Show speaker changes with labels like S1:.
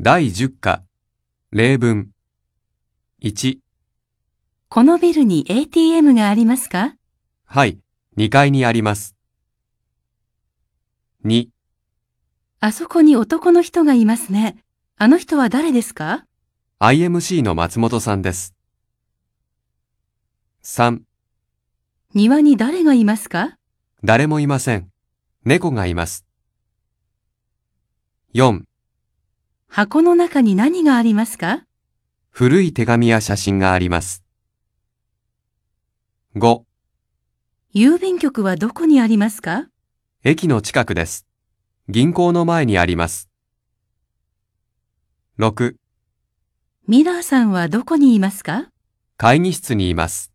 S1: 第10課、例文。1、
S2: このビルに ATM がありますか
S1: はい、2階にあります。2、
S2: あそこに男の人がいますね。あの人は誰ですか
S1: IMC の松本さんです。3、
S2: 庭に誰がいますか
S1: 誰もいません。猫がいます。4、
S2: 箱の中に何がありますか
S1: 古い手紙や写真があります。5、
S2: 郵便局はどこにありますか
S1: 駅の近くです。銀行の前にあります。6、
S2: ミラーさんはどこにいますか
S1: 会議室にいます。